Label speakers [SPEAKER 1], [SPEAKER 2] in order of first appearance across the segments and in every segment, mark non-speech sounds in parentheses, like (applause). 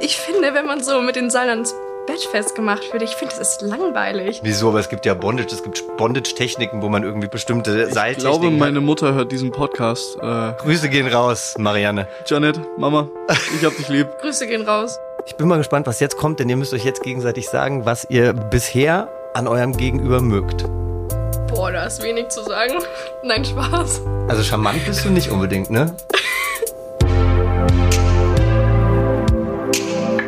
[SPEAKER 1] Ich finde, wenn man so mit den Seilern ins Bett festgemacht wird, ich finde, das ist langweilig.
[SPEAKER 2] Wieso? Aber es gibt ja Bondage, es gibt Bondage-Techniken, wo man irgendwie bestimmte
[SPEAKER 3] Ich
[SPEAKER 2] Seiltechniken.
[SPEAKER 3] glaube, meine Mutter hört diesen Podcast. Äh,
[SPEAKER 2] Grüße gehen raus, Marianne.
[SPEAKER 3] Janet, Mama, ich hab dich lieb.
[SPEAKER 1] Grüße gehen raus.
[SPEAKER 2] Ich bin mal gespannt, was jetzt kommt, denn ihr müsst euch jetzt gegenseitig sagen, was ihr bisher an eurem Gegenüber mögt.
[SPEAKER 1] Boah, da ist wenig zu sagen. (laughs) Nein, Spaß.
[SPEAKER 2] Also charmant bist du nicht unbedingt, ne?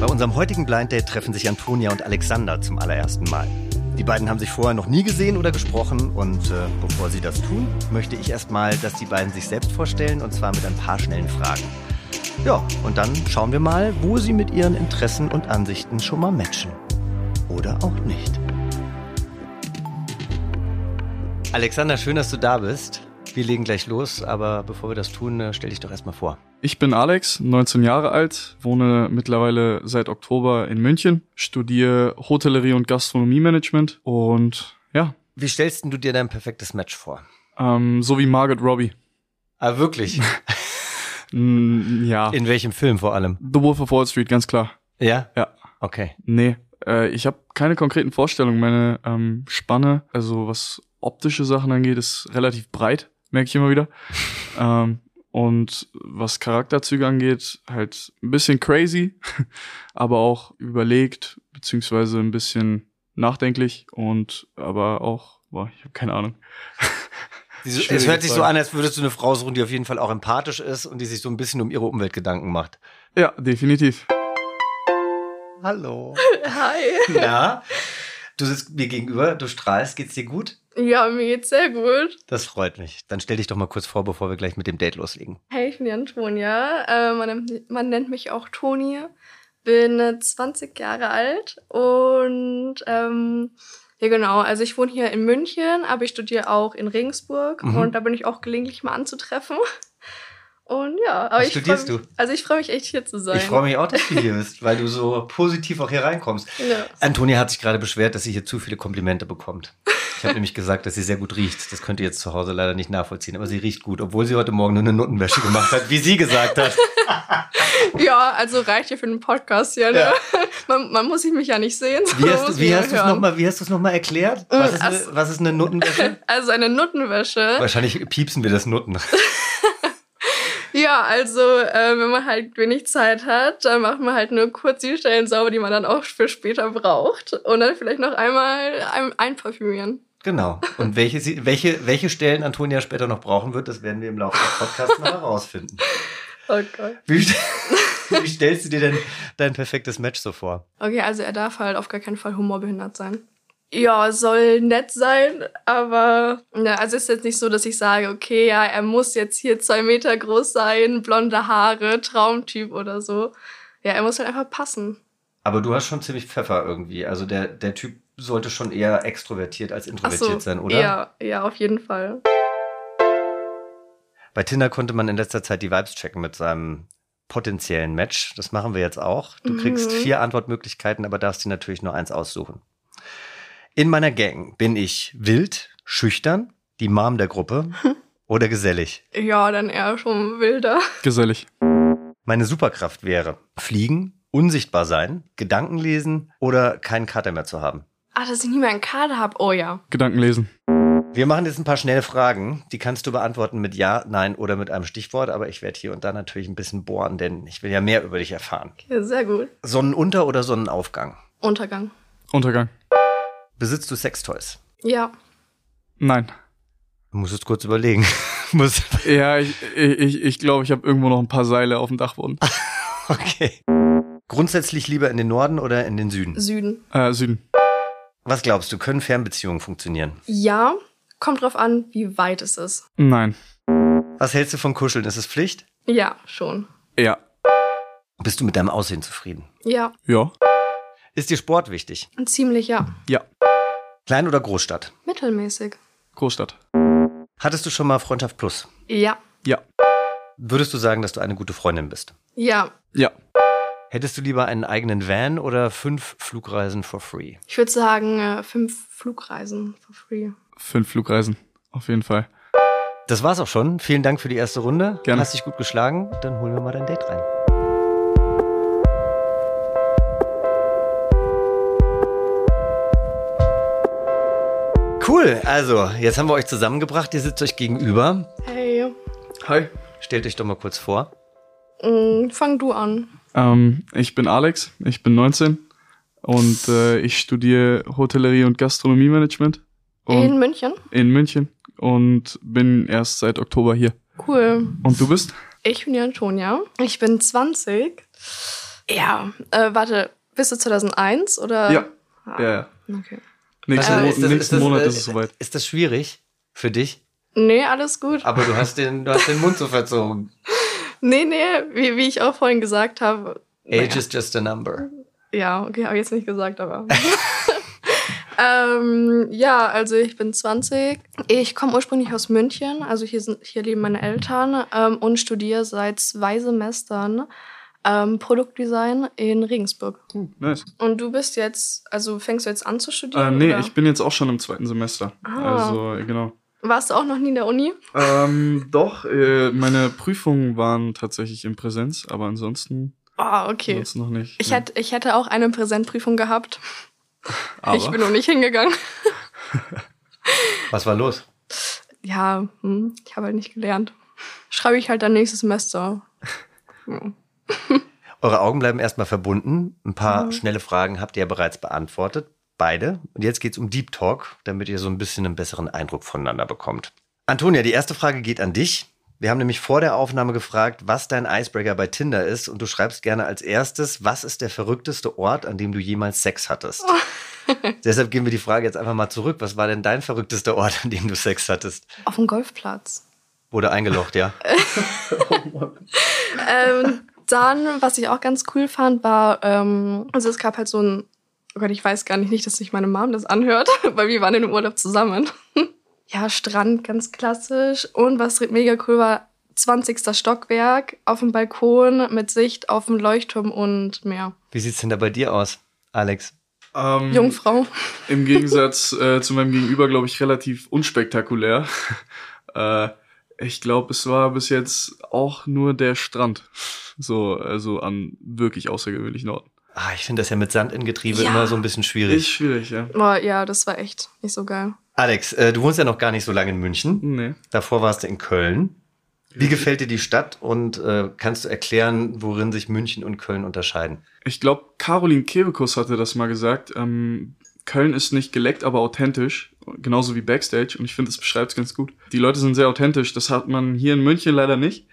[SPEAKER 2] Bei unserem heutigen Blind Date treffen sich Antonia und Alexander zum allerersten Mal. Die beiden haben sich vorher noch nie gesehen oder gesprochen und äh, bevor sie das tun, möchte ich erstmal, dass die beiden sich selbst vorstellen und zwar mit ein paar schnellen Fragen. Ja, und dann schauen wir mal, wo sie mit ihren Interessen und Ansichten schon mal matchen. Oder auch nicht. Alexander, schön, dass du da bist. Wir legen gleich los, aber bevor wir das tun, äh, stell dich doch erstmal vor.
[SPEAKER 3] (laughs) Ich bin Alex, 19 Jahre alt, wohne mittlerweile seit Oktober in München, studiere Hotellerie und Gastronomiemanagement und ja,
[SPEAKER 2] Wie stellst denn du dir dein perfektes Match vor?
[SPEAKER 3] ähm, so wie Margaret Robbie.
[SPEAKER 2] Ah, wirklich?
[SPEAKER 3] Mm, ja.
[SPEAKER 2] In welchem Film vor allem?
[SPEAKER 3] The Wolf of Wall Street, ganz klar.
[SPEAKER 2] Ja?
[SPEAKER 3] Ja.
[SPEAKER 2] Okay.
[SPEAKER 3] Nee, äh, ich habe keine konkreten Vorstellungen. Meine ähm, Spanne, also was optische Sachen angeht, ist relativ breit, merke ich immer wieder. ähm, und was Charakterzüge angeht, halt ein bisschen crazy, (laughs) aber auch überlegt, beziehungsweise ein bisschen nachdenklich und aber auch, boah, ich habe keine Ahnung.
[SPEAKER 2] Es
[SPEAKER 3] Schwierige
[SPEAKER 2] hört sich so
[SPEAKER 3] Frage.
[SPEAKER 2] an, als würdest du eine Frau suchen, die auf jeden Fall auch empathisch ist und die sich so ein bisschen um ihre Umwelt Gedanken macht.
[SPEAKER 3] Ja, definitiv.
[SPEAKER 2] Hallo.
[SPEAKER 1] Hi.
[SPEAKER 2] (laughs) Ja. Du sitzt mir gegenüber, du strahlst, geht's dir gut?
[SPEAKER 1] Ja, mir geht's sehr gut.
[SPEAKER 2] Das freut mich. Dann stell dich doch mal kurz vor, bevor wir gleich mit dem Date loslegen.
[SPEAKER 1] Hey, ich bin die Antonia. Äh, man, nennt, man nennt mich auch Toni. Bin äh, 20 Jahre alt und ähm, ja genau, also ich wohne hier in München, aber ich studiere auch in Regensburg
[SPEAKER 2] Mhm.
[SPEAKER 1] und da bin ich auch gelegentlich mal anzutreffen. Und ja, aber
[SPEAKER 2] Was
[SPEAKER 1] ich
[SPEAKER 2] studierst
[SPEAKER 1] freu mich, Also ich freue mich echt hier zu sein.
[SPEAKER 2] Ich freue mich auch, dass du hier bist, weil du so positiv auch hier reinkommst.
[SPEAKER 1] ja.
[SPEAKER 2] Antonia hat sich gerade beschwert, dass sie hier zu viele Komplimente bekommt. Ich habe (laughs) nämlich gesagt, dass sie sehr gut riecht. Das könnt ihr jetzt zu Hause leider nicht nachvollziehen, aber sie riecht gut, obwohl sie heute Morgen nur eine Nuttenwäsche gemacht hat, wie sie gesagt hat.
[SPEAKER 1] ja, also reicht ja für den Podcast hier. Ne?
[SPEAKER 2] Ja.
[SPEAKER 1] (laughs) Man, man muss mich ja nicht sehen.
[SPEAKER 2] Wie
[SPEAKER 1] man
[SPEAKER 2] hast,
[SPEAKER 1] muss
[SPEAKER 2] du- wie
[SPEAKER 1] mich
[SPEAKER 2] hast du
[SPEAKER 1] ja hören. Äh,
[SPEAKER 2] es
[SPEAKER 1] also
[SPEAKER 2] nochmal, wie hast du es noch mal erklärt? Was ist,
[SPEAKER 1] ach
[SPEAKER 2] eine,
[SPEAKER 1] so.
[SPEAKER 2] was ist eine Nuttenwäsche?
[SPEAKER 1] Also eine Nuttenwäsche.
[SPEAKER 2] (laughs) Wahrscheinlich piepsen wir das Nutten.
[SPEAKER 1] Ja, also äh, wenn man halt wenig Zeit hat, dann macht man halt nur kurz die Stellen sauber, die man dann auch für später braucht. Und dann vielleicht noch einmal ein, einparfümieren.
[SPEAKER 2] (laughs) Genau. Und welche, sie- welche, welche Stellen Antonia später noch brauchen wird, das werden wir im Laufe des Podcasts noch herausfinden.
[SPEAKER 1] Oh Gott.
[SPEAKER 2] (laughs) Wie, st- (laughs) wie stellst du dir denn dein perfektes Match so vor?
[SPEAKER 1] Okay, also er darf halt auf gar keinen Fall humorbehindert sein. Ja, soll nett sein, aber ne, also ist jetzt nicht so, dass ich sage, okay, ja, er muss jetzt hier zwei Meter groß sein, blonde Haare, Traumtyp oder so. Ja, er muss halt einfach passen.
[SPEAKER 2] Aber du hast schon ziemlich Pfeffer irgendwie. Also der, der Typ sollte schon eher extrovertiert als
[SPEAKER 1] Ach
[SPEAKER 2] introvertiert
[SPEAKER 1] so,
[SPEAKER 2] sein, oder?
[SPEAKER 1] Ja, ja, auf jeden Fall.
[SPEAKER 2] Bei Tinder konnte man in letzter Zeit die Vibes checken mit seinem potenziellen Match. Das machen wir jetzt auch. Du kriegst
[SPEAKER 1] Mhm.
[SPEAKER 2] vier Antwortmöglichkeiten, aber darfst dir natürlich nur eins aussuchen. In meiner Gang bin ich wild, schüchtern, die Mom der Gruppe oder gesellig.
[SPEAKER 1] Ja, dann eher schon wilder. (laughs)
[SPEAKER 3] Gesellig.
[SPEAKER 2] Meine Superkraft wäre fliegen, unsichtbar sein, Gedanken lesen oder keinen Kater mehr zu haben.
[SPEAKER 1] Ah, dass ich nie mehr einen Kader habe. Oh ja.
[SPEAKER 3] Gedanken lesen.
[SPEAKER 2] Wir machen jetzt ein paar schnelle Fragen. Die kannst du beantworten mit Ja, Nein oder mit einem Stichwort. Aber ich werde hier und da natürlich ein bisschen bohren, denn ich will ja mehr über dich erfahren.
[SPEAKER 1] Ja, sehr gut.
[SPEAKER 2] Sonnenunter- oder Sonnenaufgang?
[SPEAKER 1] Untergang.
[SPEAKER 3] Untergang.
[SPEAKER 2] Besitzt du Sextoys?
[SPEAKER 1] Ja.
[SPEAKER 3] Nein.
[SPEAKER 2] Du musst es kurz überlegen. (laughs) Muss.
[SPEAKER 3] Ja, ich glaube, ich, ich, glaube, ich habe irgendwo noch ein paar Seile auf dem Dachboden.
[SPEAKER 2] Okay. Grundsätzlich lieber in den Norden oder in den Süden?
[SPEAKER 1] Süden.
[SPEAKER 3] Äh, Süden.
[SPEAKER 2] Was glaubst du, können Fernbeziehungen funktionieren?
[SPEAKER 1] Ja. Kommt drauf an, wie weit es ist.
[SPEAKER 3] Nein.
[SPEAKER 2] Was hältst du von Kuscheln? Ist es Pflicht?
[SPEAKER 1] Ja, schon.
[SPEAKER 3] Ja.
[SPEAKER 2] Bist du mit deinem Aussehen zufrieden?
[SPEAKER 1] Ja.
[SPEAKER 3] Ja.
[SPEAKER 2] Ist dir Sport wichtig?
[SPEAKER 1] Ziemlich, ja.
[SPEAKER 3] Ja,
[SPEAKER 2] Klein- oder Großstadt?
[SPEAKER 1] Mittelmäßig.
[SPEAKER 3] Großstadt.
[SPEAKER 2] Hattest du schon mal Freundschaft Plus?
[SPEAKER 1] Ja.
[SPEAKER 3] Ja,
[SPEAKER 2] Würdest du sagen, dass du eine gute Freundin bist?
[SPEAKER 1] Ja.
[SPEAKER 3] ja,
[SPEAKER 2] Hättest du lieber einen eigenen Van oder fünf Flugreisen for free?
[SPEAKER 1] Ich würde sagen, äh, fünf Flugreisen for free.
[SPEAKER 3] fünf Flugreisen. Auf jeden Fall.
[SPEAKER 2] Das war's auch schon. Vielen Dank für die erste Runde.
[SPEAKER 3] Gerne.
[SPEAKER 2] Hast dich gut geschlagen. Dann holen wir mal dein Date rein. Cool. Also, jetzt haben wir euch zusammengebracht. Ihr sitzt euch gegenüber.
[SPEAKER 1] Hey,
[SPEAKER 3] Hi.
[SPEAKER 2] Stellt euch doch mal kurz vor.
[SPEAKER 1] mm, fang du an.
[SPEAKER 3] Ähm, ich bin Alex, ich bin 19 und äh, ich studiere Hotellerie und Gastronomiemanagement
[SPEAKER 1] In
[SPEAKER 3] und
[SPEAKER 1] München.
[SPEAKER 3] in München und bin erst seit Oktober hier.
[SPEAKER 1] Cool.
[SPEAKER 3] Und du bist?
[SPEAKER 1] Ich bin die Antonia. Ich bin 20. Ja, äh, warte, bist du 2001 oder?
[SPEAKER 3] Ja.
[SPEAKER 1] Ah,
[SPEAKER 3] ja.
[SPEAKER 1] Okay.
[SPEAKER 3] Nächsten,
[SPEAKER 1] Also,
[SPEAKER 3] Mo
[SPEAKER 1] ist das-
[SPEAKER 3] nächsten Monat
[SPEAKER 2] äh,
[SPEAKER 3] ist es soweit.
[SPEAKER 2] Ist das schwierig für dich?
[SPEAKER 1] Nee, alles gut.
[SPEAKER 2] Aber du hast den, du hast den Mund so verzogen.
[SPEAKER 1] Nee, nee, wie, wie ich auch vorhin gesagt habe.
[SPEAKER 2] Age is just a number.
[SPEAKER 1] Ja, okay, habe ich jetzt nicht gesagt, aber. (laughs) ähm, ja, also ich bin 20. Ich komme ursprünglich aus München, also hier, sind, hier leben meine Eltern ähm, und studiere seit zwei Semestern ähm, Produktdesign in Regensburg.
[SPEAKER 3] Nice.
[SPEAKER 1] Und du bist jetzt, also fängst du jetzt an zu
[SPEAKER 3] Äh,
[SPEAKER 1] studieren?
[SPEAKER 3] nee,
[SPEAKER 1] oder?
[SPEAKER 3] ich bin jetzt auch schon im zweiten Semester.
[SPEAKER 1] genau. Ah.
[SPEAKER 3] Also, äh, genau.
[SPEAKER 1] Warst du auch noch nie in der Uni?
[SPEAKER 3] Ähm, doch, äh, meine Prüfungen waren tatsächlich in Präsenz, aber ansonsten,
[SPEAKER 1] Ah, okay.
[SPEAKER 3] ansonsten noch nicht. ne.
[SPEAKER 1] Ich
[SPEAKER 3] Ja.
[SPEAKER 1] hätte, ich hätte auch eine Präsentprüfung gehabt.
[SPEAKER 3] aber,
[SPEAKER 1] Ich bin noch nicht hingegangen.
[SPEAKER 2] Was war los?
[SPEAKER 1] Ja, hm, ich habe halt nicht gelernt. Schreibe ich halt dann nächstes Semester.
[SPEAKER 2] Eure Augen bleiben erstmal verbunden. Ein paar schnelle Fragen habt ihr ja bereits beantwortet. Beide. Und jetzt geht's um Deep Talk, damit ihr so ein bisschen einen besseren Eindruck voneinander bekommt. Antonia, die erste Frage geht an dich. Wir haben nämlich vor der Aufnahme gefragt, was dein Icebreaker bei Tinder ist. Und du schreibst gerne als erstes, was ist der verrückteste Ort, an dem du jemals Sex hattest? (laughs) Deshalb geben wir die Frage jetzt einfach mal zurück. Was war denn dein verrücktester Ort, an dem du Sex hattest?
[SPEAKER 1] Auf dem Golfplatz.
[SPEAKER 2] Wurde eingelocht, ja.
[SPEAKER 1] ähm, dann, was ich auch ganz cool fand, war, ähm, also es gab halt so ein, oh Gott, ich weiß gar nicht, nicht, dass sich meine Mom das anhört, (laughs) weil wir waren in dem Urlaub zusammen. ja, Strand, ganz klassisch. Und was mega cool war, 20. Stockwerk auf dem Balkon mit Sicht auf den Leuchtturm und Meer.
[SPEAKER 2] Wie sieht's denn da bei dir aus, Alex?
[SPEAKER 3] ähm,
[SPEAKER 1] Jungfrau.
[SPEAKER 3] Im Gegensatz äh, zu meinem Gegenüber, glaube ich, relativ unspektakulär. (laughs) äh, ich glaube, es war bis jetzt auch nur der Strand. So, also an wirklich außergewöhnlichen Orten.
[SPEAKER 2] Ah, ich finde das ja mit Sand in Getriebe
[SPEAKER 1] Ja.
[SPEAKER 2] immer so ein bisschen schwierig.
[SPEAKER 3] Ist schwierig, ja.
[SPEAKER 1] Boah, ja, das war echt nicht so geil.
[SPEAKER 2] Alex, äh, du wohnst ja noch gar nicht so lange in München.
[SPEAKER 3] Nee.
[SPEAKER 2] Davor warst du in Köln. Wie gefällt dir die Stadt und äh, kannst du erklären, worin sich München und Köln unterscheiden?
[SPEAKER 3] Ich glaube, Caroline Kebekus hatte das mal gesagt. Ähm, Köln ist nicht geleckt, aber authentisch. Genauso wie Backstage. Und ich finde, das beschreibt es ganz gut. Die Leute sind sehr authentisch. Das hat man hier in München leider nicht.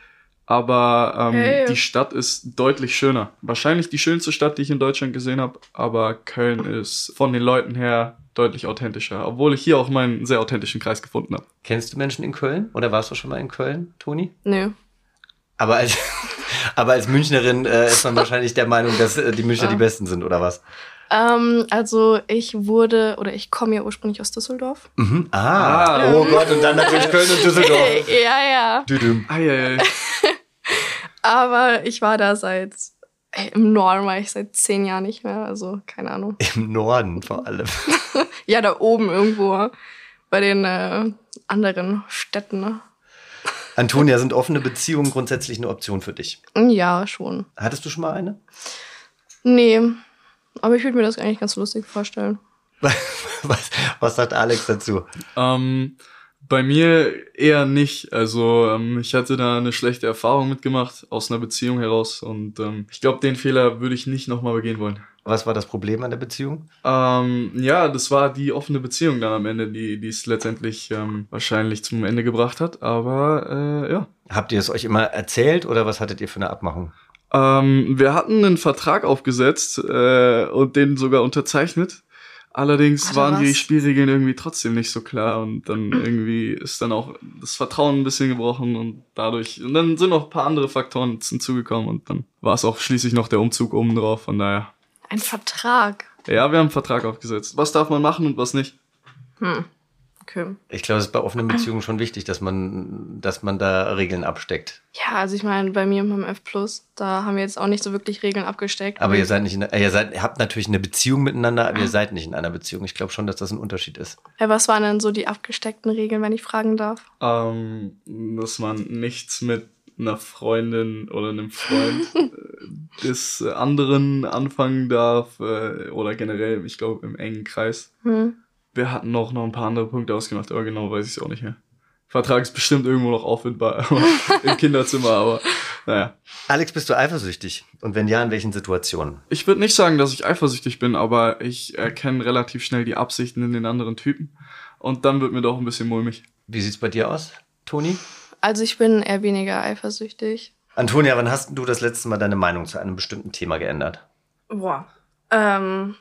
[SPEAKER 3] Aber ähm,
[SPEAKER 1] Hey.
[SPEAKER 3] die Stadt ist deutlich schöner. Wahrscheinlich die schönste Stadt, die ich in Deutschland gesehen habe. Aber Köln ist von den Leuten her deutlich authentischer. Obwohl ich hier auch meinen sehr authentischen Kreis gefunden habe.
[SPEAKER 2] Kennst du Menschen in Köln oder warst du schon mal in Köln, Toni?
[SPEAKER 1] Nö.
[SPEAKER 2] Aber als, (laughs) aber als Münchnerin äh, ist man wahrscheinlich der Meinung, dass äh, die Münchner
[SPEAKER 1] Ah.
[SPEAKER 2] die Besten sind, oder was?
[SPEAKER 1] Ähm, also ich wurde, oder ich komme ja ursprünglich aus Düsseldorf.
[SPEAKER 2] Mhm. Ah,
[SPEAKER 3] Ah.
[SPEAKER 2] oh Gott, und dann natürlich Köln und Düsseldorf.
[SPEAKER 1] (laughs) ja, ja.
[SPEAKER 2] Düdüm.
[SPEAKER 3] Ah, ja, ja.
[SPEAKER 1] Aber ich war da seit, ey, im Norden war ich seit zehn Jahren nicht mehr, also keine Ahnung.
[SPEAKER 2] Im Norden vor allem.
[SPEAKER 1] Ja, da oben irgendwo bei den äh, anderen Städten. ne?
[SPEAKER 2] Antonia, sind offene Beziehungen grundsätzlich eine Option für dich?
[SPEAKER 1] Hm, Ja, schon.
[SPEAKER 2] Hattest du schon mal eine? (laughs)
[SPEAKER 1] Nee, aber ich würde mir das eigentlich ganz lustig vorstellen.
[SPEAKER 2] Was, was sagt Alex dazu?
[SPEAKER 3] Ähm, bei mir eher nicht. Also ähm, ich hatte da eine schlechte Erfahrung mitgemacht aus einer Beziehung heraus und ähm, ich glaube, den Fehler würde ich nicht nochmal begehen wollen.
[SPEAKER 2] Was war das Problem an der Beziehung?
[SPEAKER 3] Ähm, ja, das war die offene Beziehung dann am Ende, die die es letztendlich ähm, wahrscheinlich zum Ende gebracht hat. Aber äh, ja.
[SPEAKER 2] Habt ihr es euch immer erzählt oder was hattet ihr für eine Abmachung?
[SPEAKER 3] Ähm, wir hatten einen Vertrag aufgesetzt äh, und den sogar unterzeichnet. Allerdings
[SPEAKER 1] Warte,
[SPEAKER 3] waren die
[SPEAKER 1] was?
[SPEAKER 3] Spielregeln irgendwie trotzdem nicht so klar und
[SPEAKER 1] (clears throat)
[SPEAKER 3] dann irgendwie ist dann auch das Vertrauen ein bisschen gebrochen und dadurch und dann sind noch ein paar andere Faktoren hinzugekommen und dann war es auch schließlich noch der Umzug oben drauf. Von daher
[SPEAKER 1] Ein Vertrag.
[SPEAKER 3] Ja, wir haben einen Vertrag aufgesetzt. Was darf man machen und was nicht?
[SPEAKER 1] Hm. Okay.
[SPEAKER 2] Ich glaube, es ist bei offenen Beziehungen schon wichtig, dass man, dass man da Regeln absteckt.
[SPEAKER 1] Ja, also ich meine, bei mir im F Plus, da haben wir jetzt auch nicht so wirklich Regeln abgesteckt.
[SPEAKER 2] Aber ihr seid nicht in, äh, ihr seid, ihr habt natürlich eine Beziehung miteinander, aber ihr seid nicht in einer Beziehung. Ich glaube schon, dass das ein Unterschied ist.
[SPEAKER 1] Ja, was waren denn so die abgesteckten Regeln, wenn ich fragen darf?
[SPEAKER 3] Ähm, dass man nichts mit einer Freundin oder einem Freund äh, des anderen anfangen darf äh, oder generell, ich glaube, im engen Kreis.
[SPEAKER 1] Hm.
[SPEAKER 3] Wir hatten noch, noch ein paar andere Punkte ausgemacht, aber genau weiß ich es auch nicht mehr. Vertrag ist bestimmt irgendwo noch auffindbar (laughs) aber im Kinderzimmer, aber naja.
[SPEAKER 2] Alex, bist du eifersüchtig? Und wenn ja, in welchen Situationen?
[SPEAKER 3] Ich würde nicht sagen, dass ich eifersüchtig bin, aber ich erkenne relativ schnell die Absichten in den anderen Typen. Und dann wird mir doch ein bisschen mulmig.
[SPEAKER 2] Wie sieht's bei dir aus, Toni?
[SPEAKER 1] Also ich bin eher weniger eifersüchtig.
[SPEAKER 2] Antonia, wann hast denn du das letzte Mal deine Meinung zu einem bestimmten Thema geändert?
[SPEAKER 1] Boah. Ähm,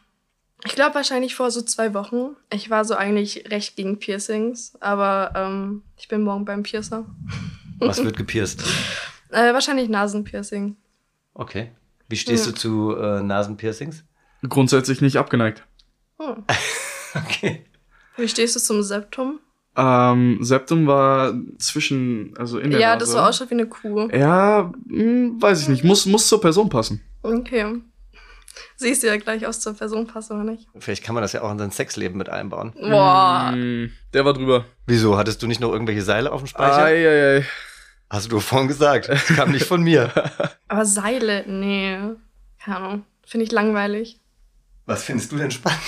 [SPEAKER 1] ich glaube wahrscheinlich vor so zwei Wochen. Ich war so eigentlich recht gegen Piercings, aber ähm, ich bin morgen beim Piercer.
[SPEAKER 2] Was wird gepierst?
[SPEAKER 1] Äh, wahrscheinlich Nasenpiercing.
[SPEAKER 2] Okay. Wie stehst du zu äh, Nasenpiercings? (laughs)
[SPEAKER 3] Grundsätzlich nicht abgeneigt.
[SPEAKER 1] Hm.
[SPEAKER 2] Okay.
[SPEAKER 1] Wie stehst du zum Septum?
[SPEAKER 3] Ähm, Septum war zwischen, also in der
[SPEAKER 1] ja,
[SPEAKER 3] Nase.
[SPEAKER 1] das so ausschaut wie eine Kuh.
[SPEAKER 3] Ja, hm, weiß ich nicht. Muss, muss zur Person passen.
[SPEAKER 1] Okay. Siehst du ja gleich aus zur Person passt oder nicht?
[SPEAKER 2] Vielleicht kann man das ja auch in sein Sexleben mit einbauen.
[SPEAKER 3] Mm.
[SPEAKER 1] Boah.
[SPEAKER 3] Hm, Der war drüber.
[SPEAKER 2] Wieso? Hattest du nicht noch irgendwelche Seile auf dem Speicher?
[SPEAKER 3] Ei, ei, ei.
[SPEAKER 2] Hast du vorhin gesagt. Das kam nicht von (laughs) mir.
[SPEAKER 1] Aber Seile, nee. Keine Ahnung. Finde ich langweilig.
[SPEAKER 2] Was findest du denn spannend?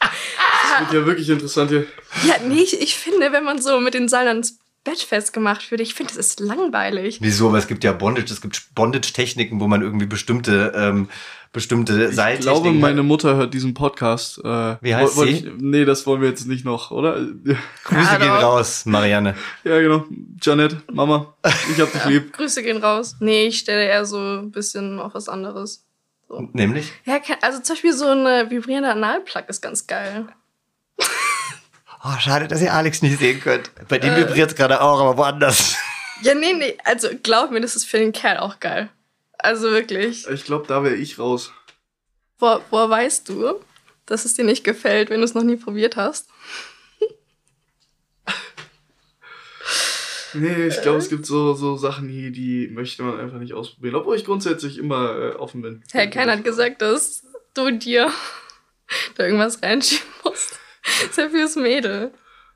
[SPEAKER 3] Das wird ja wirklich interessant hier.
[SPEAKER 1] Ja, nee, ich, ich finde, wenn man so mit den Seilen ans Bett festgemacht wird, ich finde, das ist langweilig.
[SPEAKER 2] Wieso? Aber es gibt ja Bondage, es gibt Bondage-Techniken, wo man irgendwie bestimmte, ähm, bestimmte
[SPEAKER 3] Ich glaube,
[SPEAKER 2] Seiltechniken...
[SPEAKER 3] meine Mutter hört diesen Podcast. Äh,
[SPEAKER 2] Wie heißt
[SPEAKER 3] woll- woll
[SPEAKER 2] sie?
[SPEAKER 3] Ich, nee, das wollen wir jetzt nicht noch, oder? (laughs)
[SPEAKER 2] Grüße
[SPEAKER 1] Ja,
[SPEAKER 2] gehen
[SPEAKER 1] doch.
[SPEAKER 2] raus, Marianne.
[SPEAKER 3] Ja, genau. Janet, Mama, ich hab dich lieb.
[SPEAKER 1] Grüße gehen raus. Nee, ich stelle eher so ein bisschen auf was anderes.
[SPEAKER 2] Nämlich?
[SPEAKER 1] Ja, ke- also zum Beispiel so ein vibrierender Analplug ist ganz geil.
[SPEAKER 2] Oh, schade, dass ihr Alex nicht sehen könnt. Bei dem vibriert es gerade auch, aber woanders.
[SPEAKER 1] Ja, nee, nee, also glaub mir, das ist für den Kerl auch geil. Also wirklich.
[SPEAKER 3] Ich glaube, da wäre ich raus.
[SPEAKER 1] Wo, woher weißt du, dass es dir nicht gefällt, wenn du es noch nie probiert hast?
[SPEAKER 3] Nee, ich glaube, es gibt so, so Sachen hier, die möchte man einfach nicht ausprobieren. Obwohl ich grundsätzlich immer äh, offen bin.
[SPEAKER 1] Hey, keiner hat gesagt, dass du dir da irgendwas reinschieben musst. (laughs) Das ist ja fürs Mädel.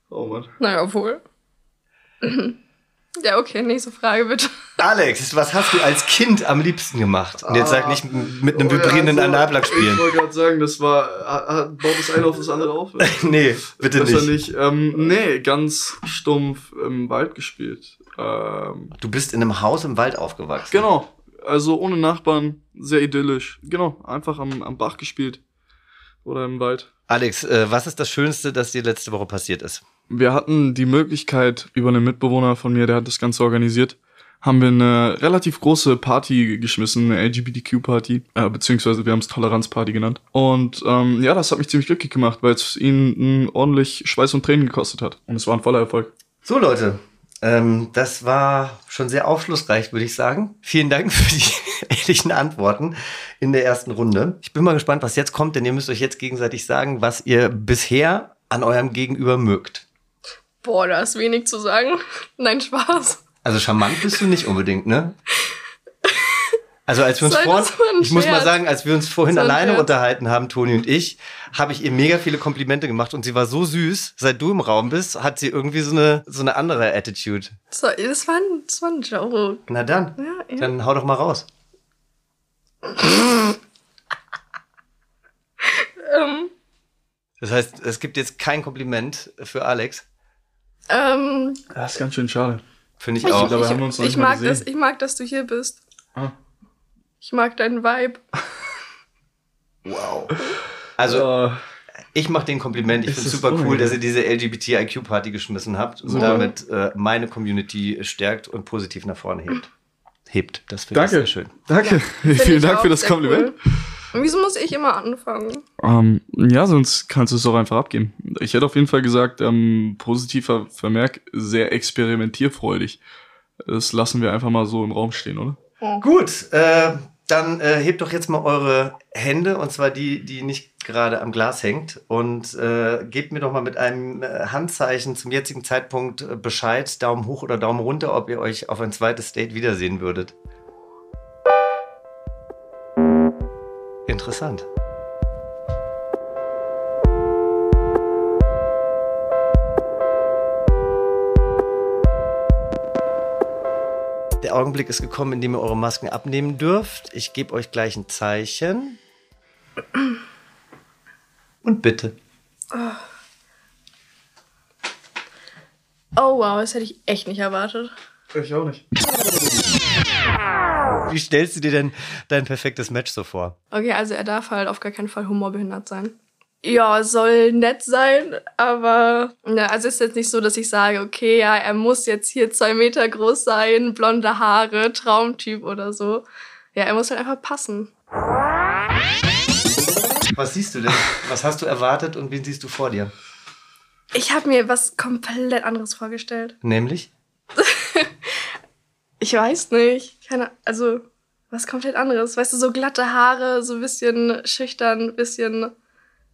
[SPEAKER 3] Oh Mann.
[SPEAKER 1] Naja, obwohl. (clears throat) Ja, okay, nächste Frage bitte.
[SPEAKER 2] Alex, was hast du als Kind am liebsten gemacht? Und jetzt sag nicht m- mit einem
[SPEAKER 3] Oh ja,
[SPEAKER 2] vibrierenden
[SPEAKER 3] also,
[SPEAKER 2] Analplug
[SPEAKER 3] Ich
[SPEAKER 2] spielen.
[SPEAKER 3] wollte gerade sagen, das war. ha- ha- Baut das eine auf das andere auf?
[SPEAKER 2] nee, (laughs) bitte
[SPEAKER 3] Besser
[SPEAKER 2] nicht.
[SPEAKER 3] nicht. Ähm, nee, ganz stumpf im Wald gespielt. Ähm,
[SPEAKER 2] Du bist in einem Haus im Wald aufgewachsen.
[SPEAKER 3] genau. Also ohne Nachbarn, sehr idyllisch. Genau, einfach am, am Bach gespielt. Oder im Wald.
[SPEAKER 2] Alex, äh, was ist das Schönste, das dir letzte Woche passiert ist?
[SPEAKER 3] Wir hatten die Möglichkeit, über einen Mitbewohner von mir, der hat das Ganze organisiert, haben wir eine relativ große Party geschmissen, eine LGBTQ-Party, äh, beziehungsweise wir haben es Toleranzparty genannt. Und ähm, ja, das hat mich ziemlich glücklich gemacht, weil es ihn mh, ordentlich Schweiß und Tränen gekostet hat. Und es war ein voller Erfolg.
[SPEAKER 2] So, Leute, ähm, das war schon sehr aufschlussreich, würde ich sagen. Vielen Dank für die (laughs) ehrlichen Antworten in der ersten Runde. Ich bin mal gespannt, was jetzt kommt, denn ihr müsst euch jetzt gegenseitig sagen, was ihr bisher an eurem Gegenüber mögt.
[SPEAKER 1] Boah, da ist wenig zu sagen. (laughs) Nein, Spaß.
[SPEAKER 2] Also charmant bist du nicht unbedingt, ne? Also als wir uns
[SPEAKER 1] Soll
[SPEAKER 2] vorhin,
[SPEAKER 1] das so ein
[SPEAKER 2] ich muss mal
[SPEAKER 1] Scherz?
[SPEAKER 2] sagen, als wir uns vorhin
[SPEAKER 1] So ein
[SPEAKER 2] alleine
[SPEAKER 1] Scherz.
[SPEAKER 2] unterhalten haben, Toni und ich, habe ich ihr mega viele Komplimente gemacht und sie war so süß. Seit du im Raum bist, hat sie irgendwie so eine so eine andere Attitude.
[SPEAKER 1] So, das war ein, das war ein Joke.
[SPEAKER 2] Na dann,
[SPEAKER 1] Ja, ja.
[SPEAKER 2] dann hau doch mal raus.
[SPEAKER 1] Ähm,
[SPEAKER 2] Das heißt, es gibt jetzt kein Kompliment für Alex,
[SPEAKER 1] ähm,
[SPEAKER 3] Das ist ganz schön schade.
[SPEAKER 2] finde ich
[SPEAKER 1] ich,
[SPEAKER 2] auch.
[SPEAKER 3] dabei haben wir uns
[SPEAKER 1] ich,
[SPEAKER 3] noch
[SPEAKER 1] ich,
[SPEAKER 3] nicht mal
[SPEAKER 1] mag
[SPEAKER 3] gesehen.
[SPEAKER 1] das, ich mag, dass du hier bist.
[SPEAKER 3] Ah.
[SPEAKER 1] Ich mag deinen Vibe.
[SPEAKER 2] Wow. Also
[SPEAKER 3] Äh,
[SPEAKER 2] ich mache den Kompliment. Ich
[SPEAKER 3] Ist
[SPEAKER 2] finde
[SPEAKER 3] das
[SPEAKER 2] super cool,
[SPEAKER 3] unangenehm.
[SPEAKER 2] dass ihr diese LGBTIQ-Party geschmissen habt und
[SPEAKER 3] Super.
[SPEAKER 2] damit äh, meine Community stärkt und positiv nach vorne hebt. Hebt. Das finde ich sehr
[SPEAKER 3] danke.
[SPEAKER 2] schön.
[SPEAKER 3] Danke.
[SPEAKER 1] Find
[SPEAKER 3] (laughs) (laughs) Vielen
[SPEAKER 1] ich
[SPEAKER 3] Dank
[SPEAKER 1] auch
[SPEAKER 3] für das
[SPEAKER 1] sehr
[SPEAKER 3] Kompliment.
[SPEAKER 1] cool. Und wieso muss ich immer anfangen?
[SPEAKER 3] Ähm, ja, sonst kannst du es auch einfach abgeben. Ich hätte auf jeden Fall gesagt, ähm, positiver Vermerk, sehr experimentierfreudig. Das lassen wir einfach mal so im Raum stehen, oder?
[SPEAKER 2] Gut, äh, Dann äh, hebt doch jetzt mal eure Hände, und zwar die, die nicht gerade am Glas hängt, und äh, gebt mir doch mal mit einem äh, Handzeichen zum jetzigen Zeitpunkt äh, Bescheid, Daumen hoch oder Daumen runter, ob ihr euch auf ein zweites Date wiedersehen würdet. Interessant. Der Augenblick ist gekommen, in dem ihr eure Masken abnehmen dürft. Ich gebe euch gleich ein Zeichen. Und bitte.
[SPEAKER 1] Oh wow, das hätte ich echt nicht erwartet.
[SPEAKER 3] Ich auch nicht.
[SPEAKER 2] Wie stellst du dir denn dein perfektes Match so vor?
[SPEAKER 1] Okay, also er darf halt auf gar keinen Fall humorbehindert sein. Ja, soll nett sein, aber ne, also ist jetzt nicht so, dass ich sage, okay, ja, er muss jetzt hier zwei Meter groß sein, blonde Haare, Traumtyp oder so. Ja, er muss halt einfach passen.
[SPEAKER 2] Was siehst du denn? Was hast du erwartet und wen siehst du vor dir?
[SPEAKER 1] Ich habe mir was komplett anderes vorgestellt.
[SPEAKER 2] Nämlich?
[SPEAKER 1] Ich weiß nicht. Keine, also was komplett anderes. Weißt du, so glatte Haare, so ein bisschen schüchtern, bisschen,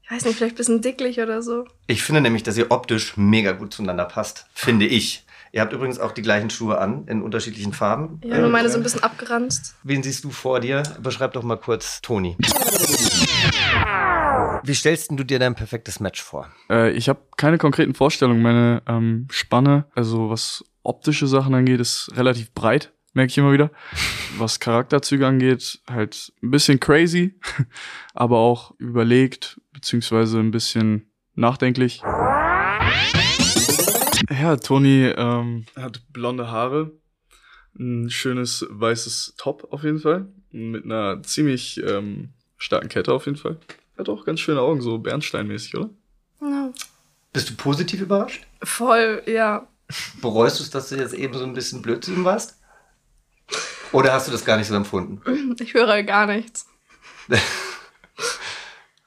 [SPEAKER 1] ich weiß nicht, vielleicht ein bisschen dicklich oder so.
[SPEAKER 2] Ich finde nämlich, dass ihr optisch mega gut zueinander passt. Finde ich. Ihr habt übrigens auch die gleichen Schuhe an, in unterschiedlichen Farben.
[SPEAKER 1] Ja, nur meine so ein bisschen abgeranzt.
[SPEAKER 2] Wen siehst du vor dir? Beschreib doch mal kurz Toni. Wie stellst denn du dir dein perfektes Match vor?
[SPEAKER 3] Äh, ich habe keine konkreten Vorstellungen. Meine ähm, Spanne, also was optische Sachen angeht, ist relativ breit, merke ich immer wieder. Was Charakterzüge angeht, halt ein bisschen crazy, (laughs) aber auch überlegt, beziehungsweise ein bisschen nachdenklich. Ja, Toni ähm, hat blonde Haare, ein schönes weißes Top auf jeden Fall, mit einer ziemlich ähm, starken Kette auf jeden Fall. Hat auch ganz schöne Augen, so bernsteinmäßig, oder?
[SPEAKER 1] Ja.
[SPEAKER 2] Bist du positiv überrascht?
[SPEAKER 1] Voll, ja.
[SPEAKER 2] Bereust du es, dass du jetzt eben so ein bisschen blöd zu ihm warst? Oder hast du das gar nicht so empfunden?
[SPEAKER 1] Ich höre halt gar nichts.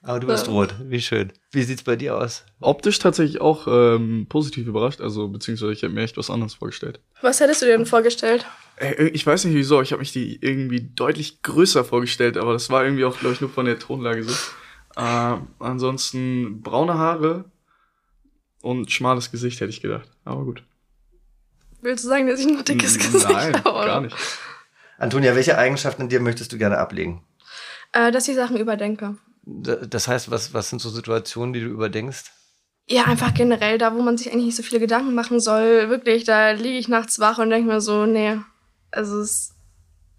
[SPEAKER 2] Aber du bist rot. Wie schön. Wie sieht's bei dir aus?
[SPEAKER 3] Optisch tatsächlich auch ähm, positiv überrascht, also beziehungsweise ich habe mir echt was anderes vorgestellt.
[SPEAKER 1] Was hättest du dir denn vorgestellt?
[SPEAKER 3] Äh, Ich weiß nicht wieso, ich habe mich die irgendwie deutlich größer vorgestellt, aber das war irgendwie auch, glaube ich, nur von der Tonlage so. Äh, ansonsten braune Haare und schmales Gesicht, hätte ich gedacht. Aber gut.
[SPEAKER 1] Willst du sagen, dass ich ein dickes Gesicht (laughs)
[SPEAKER 3] Mm, Nein,
[SPEAKER 1] habe? oder?
[SPEAKER 3] gar nicht.
[SPEAKER 2] Antonia, welche Eigenschaften an dir möchtest du gerne ablegen?
[SPEAKER 1] Äh, dass ich Sachen überdenke.
[SPEAKER 2] D- Das heißt, was, was sind so Situationen, die du überdenkst?
[SPEAKER 1] Ja, einfach generell da, wo man sich eigentlich nicht so viele Gedanken machen soll. Wirklich, da liege ich nachts wach und denke mir so, nee, also es,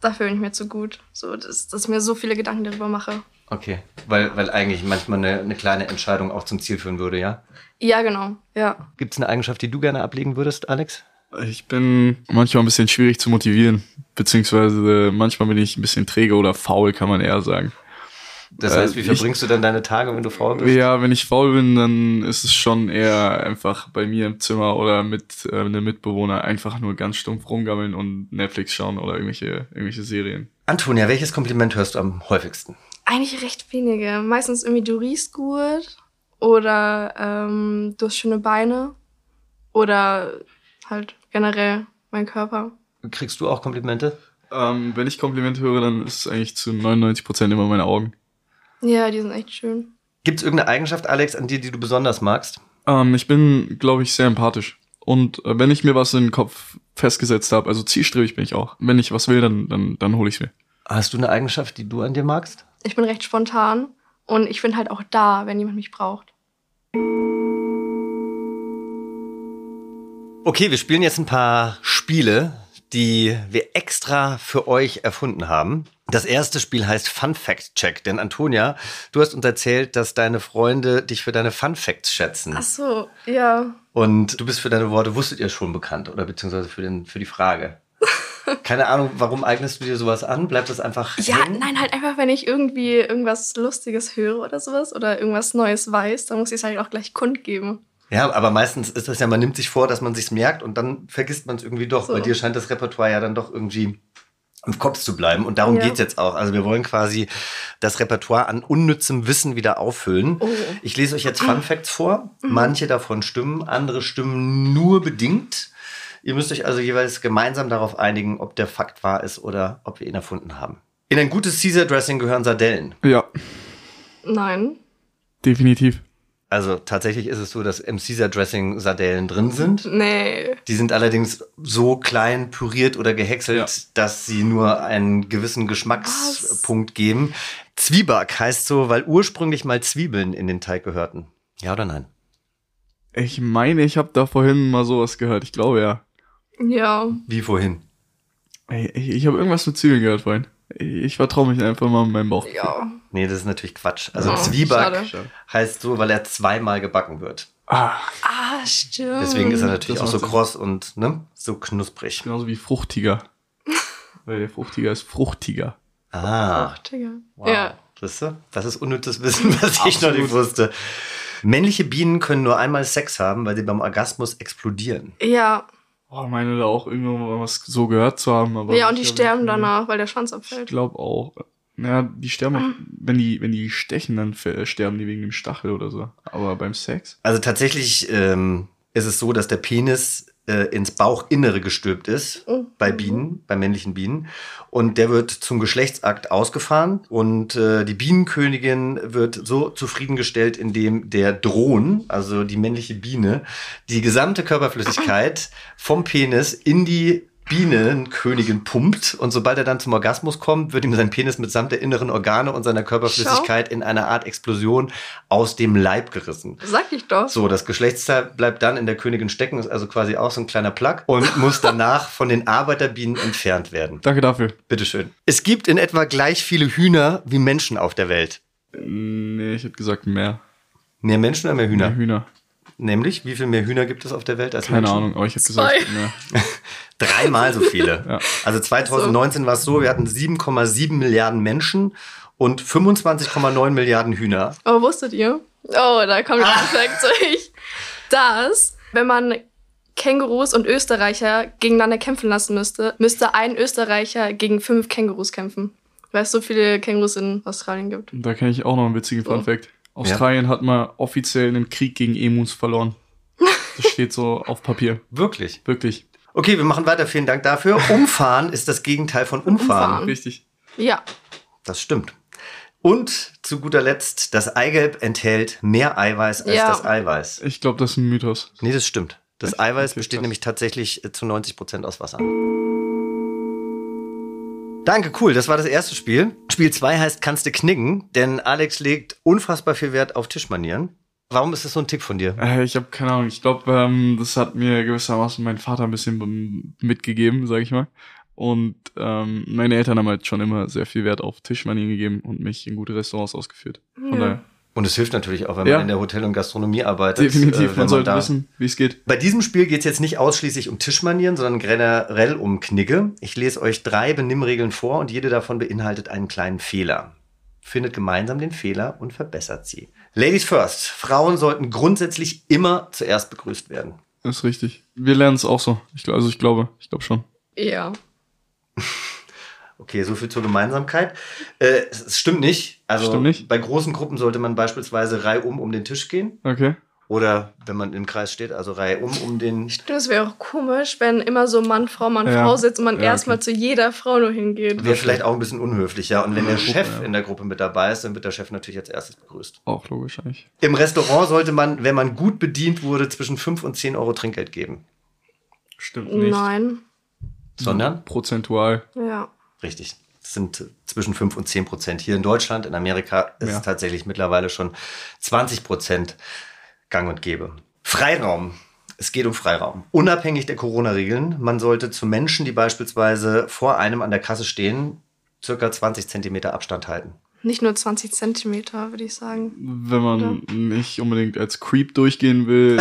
[SPEAKER 1] dafür bin ich mir zu gut. So, dass, dass ich mir so viele Gedanken darüber mache.
[SPEAKER 2] Okay, weil, weil eigentlich manchmal eine, eine kleine Entscheidung auch zum Ziel führen würde, ja?
[SPEAKER 1] Ja, genau. Ja.
[SPEAKER 2] Gibt es eine Eigenschaft, die du gerne ablegen würdest, Alex?
[SPEAKER 3] Ich bin manchmal ein bisschen schwierig zu motivieren, beziehungsweise äh, manchmal bin ich ein bisschen träge oder faul, kann man eher sagen.
[SPEAKER 2] Das heißt, wie
[SPEAKER 3] Äh, ich-
[SPEAKER 2] verbringst du dann deine Tage, wenn du faul bist?
[SPEAKER 3] Ja, wenn ich faul bin, dann ist es schon eher einfach bei mir im Zimmer oder mit äh, einem Mitbewohner einfach nur ganz stumpf rumgammeln und Netflix schauen oder irgendwelche, irgendwelche Serien.
[SPEAKER 2] Antonia, welches Kompliment hörst du am häufigsten?
[SPEAKER 1] Eigentlich recht wenige. Meistens irgendwie du riechst gut oder ähm, du hast schöne Beine oder halt generell mein Körper.
[SPEAKER 2] Kriegst du auch Komplimente?
[SPEAKER 3] Ähm, wenn ich Komplimente höre, dann ist es eigentlich zu 99% immer meine Augen.
[SPEAKER 1] Ja, die sind echt schön.
[SPEAKER 2] Gibt es irgendeine Eigenschaft, Alex, an dir, die du besonders magst?
[SPEAKER 3] Ähm, ich bin, glaube ich, sehr empathisch. Und äh, wenn ich mir was in den Kopf festgesetzt habe, also zielstrebig bin ich auch. Wenn ich was will, dann, dann, dann hole ich mir.
[SPEAKER 2] Hast du eine Eigenschaft, die du an dir magst?
[SPEAKER 1] Ich bin recht spontan und ich bin halt auch da, wenn jemand mich braucht.
[SPEAKER 2] Okay, wir spielen jetzt ein paar Spiele, die wir extra für euch erfunden haben. Das erste Spiel heißt Fun Fact Check, denn Antonia, du hast uns erzählt, dass deine Freunde dich für deine Fun Facts schätzen.
[SPEAKER 1] Ach so, ja.
[SPEAKER 2] Und du bist für deine Worte, wusstet ihr schon bekannt oder beziehungsweise für, den, für die Frage.
[SPEAKER 1] (laughs)
[SPEAKER 2] Keine Ahnung, warum eignest du dir sowas an? Bleibt das einfach
[SPEAKER 1] Ja,
[SPEAKER 2] hängen?
[SPEAKER 1] nein, halt einfach, wenn ich irgendwie irgendwas Lustiges höre oder sowas oder irgendwas Neues weiß, dann muss ich es halt auch gleich kundgeben.
[SPEAKER 2] Ja, aber meistens ist das ja, man nimmt sich vor, dass man sich's merkt und dann vergisst man es irgendwie doch.
[SPEAKER 1] So.
[SPEAKER 2] Bei dir scheint das Repertoire ja dann doch irgendwie im Kopf zu bleiben. Und darum
[SPEAKER 1] Ja.
[SPEAKER 2] geht's jetzt auch. Also wir wollen quasi das Repertoire an unnützem Wissen wieder auffüllen.
[SPEAKER 1] Oh. Mhm.
[SPEAKER 2] Ich lese euch jetzt Fun Facts vor. Manche davon stimmen, andere stimmen nur bedingt. Ihr müsst euch also jeweils gemeinsam darauf einigen, ob der Fakt wahr ist oder ob wir ihn erfunden haben. In ein gutes Caesar-Dressing gehören Sardellen.
[SPEAKER 3] Ja,
[SPEAKER 1] Nein.
[SPEAKER 3] definitiv.
[SPEAKER 2] Also tatsächlich ist es so, dass im Caesar-Dressing Sardellen drin sind.
[SPEAKER 1] Nee.
[SPEAKER 2] Die sind allerdings so klein püriert oder gehäckselt,
[SPEAKER 3] Ja.
[SPEAKER 2] dass sie nur einen gewissen Geschmackspunkt geben. Zwieback heißt so, weil ursprünglich mal Zwiebeln in den Teig gehörten. Ja oder nein?
[SPEAKER 3] Ich meine, ich habe da vorhin mal sowas gehört. Ich glaube ja.
[SPEAKER 1] Ja.
[SPEAKER 2] Wie vorhin.
[SPEAKER 3] Ey, Ich, ich habe irgendwas mit Zwiebeln gehört vorhin. Ich vertraue mich einfach mal mit meinem Bauch.
[SPEAKER 1] Ja.
[SPEAKER 2] Nee, das ist natürlich Quatsch. Also
[SPEAKER 1] Oh,
[SPEAKER 2] Zwieback
[SPEAKER 1] schade.
[SPEAKER 2] heißt so, weil er zweimal gebacken wird.
[SPEAKER 3] Ah,
[SPEAKER 1] Ah, stimmt.
[SPEAKER 2] Deswegen ist er natürlich
[SPEAKER 3] das
[SPEAKER 2] auch so
[SPEAKER 3] macht Sinn.
[SPEAKER 2] kross und ne, so knusprig.
[SPEAKER 3] genauso
[SPEAKER 1] (laughs)
[SPEAKER 3] wie Fruchtiger. Weil der Fruchtiger ist Fruchtiger.
[SPEAKER 2] Ah,
[SPEAKER 1] Digga.
[SPEAKER 2] wow.
[SPEAKER 1] Ja.
[SPEAKER 2] Siehst du? Das ist unnützes Wissen, (laughs) was ich noch nicht wusste. Männliche Bienen können nur einmal Sex haben, weil sie beim Orgasmus explodieren.
[SPEAKER 1] Ja.
[SPEAKER 3] Oh, meine da auch irgendwann mal was so gehört zu haben. Aber
[SPEAKER 1] Ja, und die
[SPEAKER 3] ich glaub,
[SPEAKER 1] sterben
[SPEAKER 3] ich-
[SPEAKER 1] danach, weil der Schwanz
[SPEAKER 3] Ich
[SPEAKER 1] abfällt.
[SPEAKER 3] glaube auch. Naja, die sterben, auch-
[SPEAKER 1] Mhm.
[SPEAKER 3] wenn die, wenn die stechen, dann f- sterben die wegen dem Stachel oder so. Aber beim Sex?
[SPEAKER 2] Also tatsächlich ähm, ist es so, dass der Penis äh, ins Bauchinnere gestülpt ist
[SPEAKER 1] Mhm.
[SPEAKER 2] bei Bienen, bei männlichen Bienen. Und der wird zum Geschlechtsakt ausgefahren. Und äh, die Bienenkönigin wird so zufriedengestellt, indem der Drohn, also die männliche Biene, die gesamte Körperflüssigkeit vom Penis in die Bienenkönigin pumpt und sobald er dann zum Orgasmus kommt, wird ihm sein Penis mitsamt der inneren Organe und seiner Körperflüssigkeit in einer Art Explosion aus dem Leib gerissen.
[SPEAKER 1] Sag ich doch.
[SPEAKER 2] So, das Geschlechtsteil bleibt dann in der Königin stecken, ist also quasi auch so ein kleiner Plug und muss (laughs) danach von den Arbeiterbienen entfernt werden.
[SPEAKER 3] Danke dafür.
[SPEAKER 2] Bitteschön. Es gibt in etwa gleich viele Hühner wie Menschen auf der Welt.
[SPEAKER 3] Nee, ich hätte gesagt mehr.
[SPEAKER 2] Mehr Menschen oder mehr
[SPEAKER 3] Mehr
[SPEAKER 2] Hühner?
[SPEAKER 3] Hühner.
[SPEAKER 2] Nämlich, wie viel mehr Hühner gibt es auf der Welt als
[SPEAKER 3] Keine
[SPEAKER 2] Menschen?
[SPEAKER 3] Ahnung, aber ich hätte
[SPEAKER 1] Zwei.
[SPEAKER 3] gesagt mehr.
[SPEAKER 2] Dreimal so (laughs) viele.
[SPEAKER 3] Ja.
[SPEAKER 2] Also 2019 war es so, wir hatten 7,7 Milliarden Menschen und 25,9 Milliarden Hühner.
[SPEAKER 1] Aber wusstet ihr? Oh, da kommt der Fakt durch. Dass, wenn man Kängurus und Österreicher gegeneinander kämpfen lassen müsste, müsste ein Österreicher gegen fünf Kängurus kämpfen. Weil es so viele Kängurus in Australien gibt.
[SPEAKER 3] Da kenne ich auch noch einen witzigen Fun
[SPEAKER 1] Oh.
[SPEAKER 3] Fact. Australien hat mal offiziell einen Krieg gegen Emus verloren. Das steht so auf Papier.
[SPEAKER 2] Wirklich.
[SPEAKER 3] Wirklich.
[SPEAKER 2] Okay, wir machen weiter. Vielen Dank dafür. Umfahren ist das Gegenteil von Umfahren.
[SPEAKER 1] Umfahren.
[SPEAKER 3] Richtig.
[SPEAKER 1] Ja.
[SPEAKER 2] Das stimmt. Und zu guter Letzt, das Eigelb enthält mehr Eiweiß als
[SPEAKER 1] Ja.
[SPEAKER 2] das Eiweiß.
[SPEAKER 3] Ich glaube, das ist ein Mythos.
[SPEAKER 2] Nee, das stimmt. Das Eiweiß
[SPEAKER 3] Okay,
[SPEAKER 2] besteht
[SPEAKER 3] krass.
[SPEAKER 2] nämlich tatsächlich äh, zu 90 Prozent aus Wasser. Danke, cool. Das war das erste Spiel. Spiel 2 heißt Kannst du knicken, denn Alex legt unfassbar viel Wert auf Tischmanieren. Warum ist das so ein Tick von dir?
[SPEAKER 3] Äh, ich habe keine Ahnung. Ich glaube, ähm, das hat mir gewissermaßen mein Vater ein bisschen bem- mitgegeben, sage ich mal. Und ähm, meine Eltern haben halt schon immer sehr viel Wert auf Tischmanieren gegeben und mich in gute Restaurants ausgeführt. Von daher,
[SPEAKER 2] Und es hilft natürlich auch, wenn
[SPEAKER 3] Ja.
[SPEAKER 2] man in der Hotel- und Gastronomie arbeitet. äh,
[SPEAKER 3] definitiv,
[SPEAKER 2] wenn
[SPEAKER 3] man sollte
[SPEAKER 2] da-
[SPEAKER 3] wissen, wie es geht.
[SPEAKER 2] Bei diesem Spiel geht es jetzt nicht ausschließlich um Tischmanieren, sondern generell um Knigge. Ich lese euch drei Benimmregeln vor und jede davon beinhaltet einen kleinen Fehler. Findet gemeinsam den Fehler und verbessert sie. Ladies first. Frauen sollten grundsätzlich immer zuerst begrüßt werden.
[SPEAKER 3] Ist richtig. Wir lernen es auch so. Ich, gl- also ich glaube, ich glaube schon.
[SPEAKER 1] Ja.
[SPEAKER 2] Okay, so viel zur Gemeinsamkeit. Äh, es es stimmt nicht. Also
[SPEAKER 3] Stimmt nicht.
[SPEAKER 2] bei großen Gruppen sollte man beispielsweise reihum um den Tisch gehen.
[SPEAKER 3] Okay.
[SPEAKER 2] Oder wenn man im Kreis steht, also reihum um den
[SPEAKER 1] Stimmt, es wäre auch komisch, wenn immer so Mann, Frau, Mann,
[SPEAKER 3] Ja.
[SPEAKER 1] Frau sitzt und man
[SPEAKER 3] Ja,
[SPEAKER 1] erstmal
[SPEAKER 3] okay.
[SPEAKER 1] zu jeder Frau nur hingeht.
[SPEAKER 2] Wäre vielleicht auch ein bisschen unhöflich, ja. Und wenn der
[SPEAKER 3] Gruppe,
[SPEAKER 2] Chef
[SPEAKER 3] ja.
[SPEAKER 2] in der Gruppe mit dabei ist, dann wird der Chef natürlich als erstes begrüßt.
[SPEAKER 3] Auch logisch eigentlich.
[SPEAKER 2] Im Restaurant sollte man, wenn man gut bedient wurde, zwischen 5 und 10 Euro Trinkgeld geben.
[SPEAKER 3] Stimmt
[SPEAKER 1] Nein.
[SPEAKER 2] Sondern?
[SPEAKER 3] Prozentual.
[SPEAKER 1] Ja.
[SPEAKER 2] Richtig. Das sind äh, zwischen 5 und 10 Prozent. Hier in Deutschland, in Amerika ist
[SPEAKER 3] Ja.
[SPEAKER 2] es tatsächlich mittlerweile schon 20 Prozent gang und gäbe. Freiraum. Es geht um Freiraum. Unabhängig der Corona-Regeln, man sollte zu Menschen, die beispielsweise vor einem an der Kasse stehen, circa 20 Zentimeter Abstand halten.
[SPEAKER 1] Nicht nur 20 Zentimeter, würde ich sagen.
[SPEAKER 3] Wenn man nicht unbedingt als Creep
[SPEAKER 1] (laughs)
[SPEAKER 3] durchgehen will,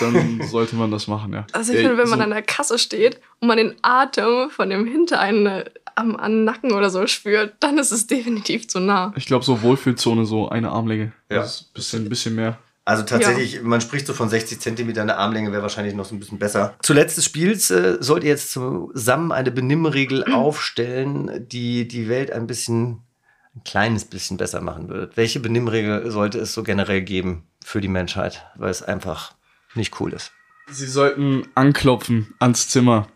[SPEAKER 3] dann sollte man das machen, ja.
[SPEAKER 1] Also ich
[SPEAKER 2] Äh,
[SPEAKER 3] Ey,
[SPEAKER 1] finde, wenn man
[SPEAKER 3] so-
[SPEAKER 1] an der Kasse steht und man den Atem von dem hinter einen äh, am, am Nacken oder so spürt, dann ist es (laughs) definitiv zu nah.
[SPEAKER 3] Ich glaube, so Wohlfühlzone, so eine Armlänge.
[SPEAKER 2] Ja.
[SPEAKER 3] Das ist ein bisschen, ein bisschen mehr.
[SPEAKER 2] Also tatsächlich, man spricht so von 60 Zentimeter, eine Armlänge wäre wahrscheinlich noch so ein bisschen besser. Zuletzt des Spiels äh, sollt ihr jetzt zusammen eine
[SPEAKER 1] (clears throat)
[SPEAKER 2] Benimmregel aufstellen, die die Welt ein bisschen, ein kleines bisschen besser machen würde. Welche Benimmregel sollte es so generell geben für die Menschheit, weil es einfach
[SPEAKER 3] (laughs)
[SPEAKER 2] nicht cool ist?
[SPEAKER 3] Sie sollten anklopfen ans Zimmer.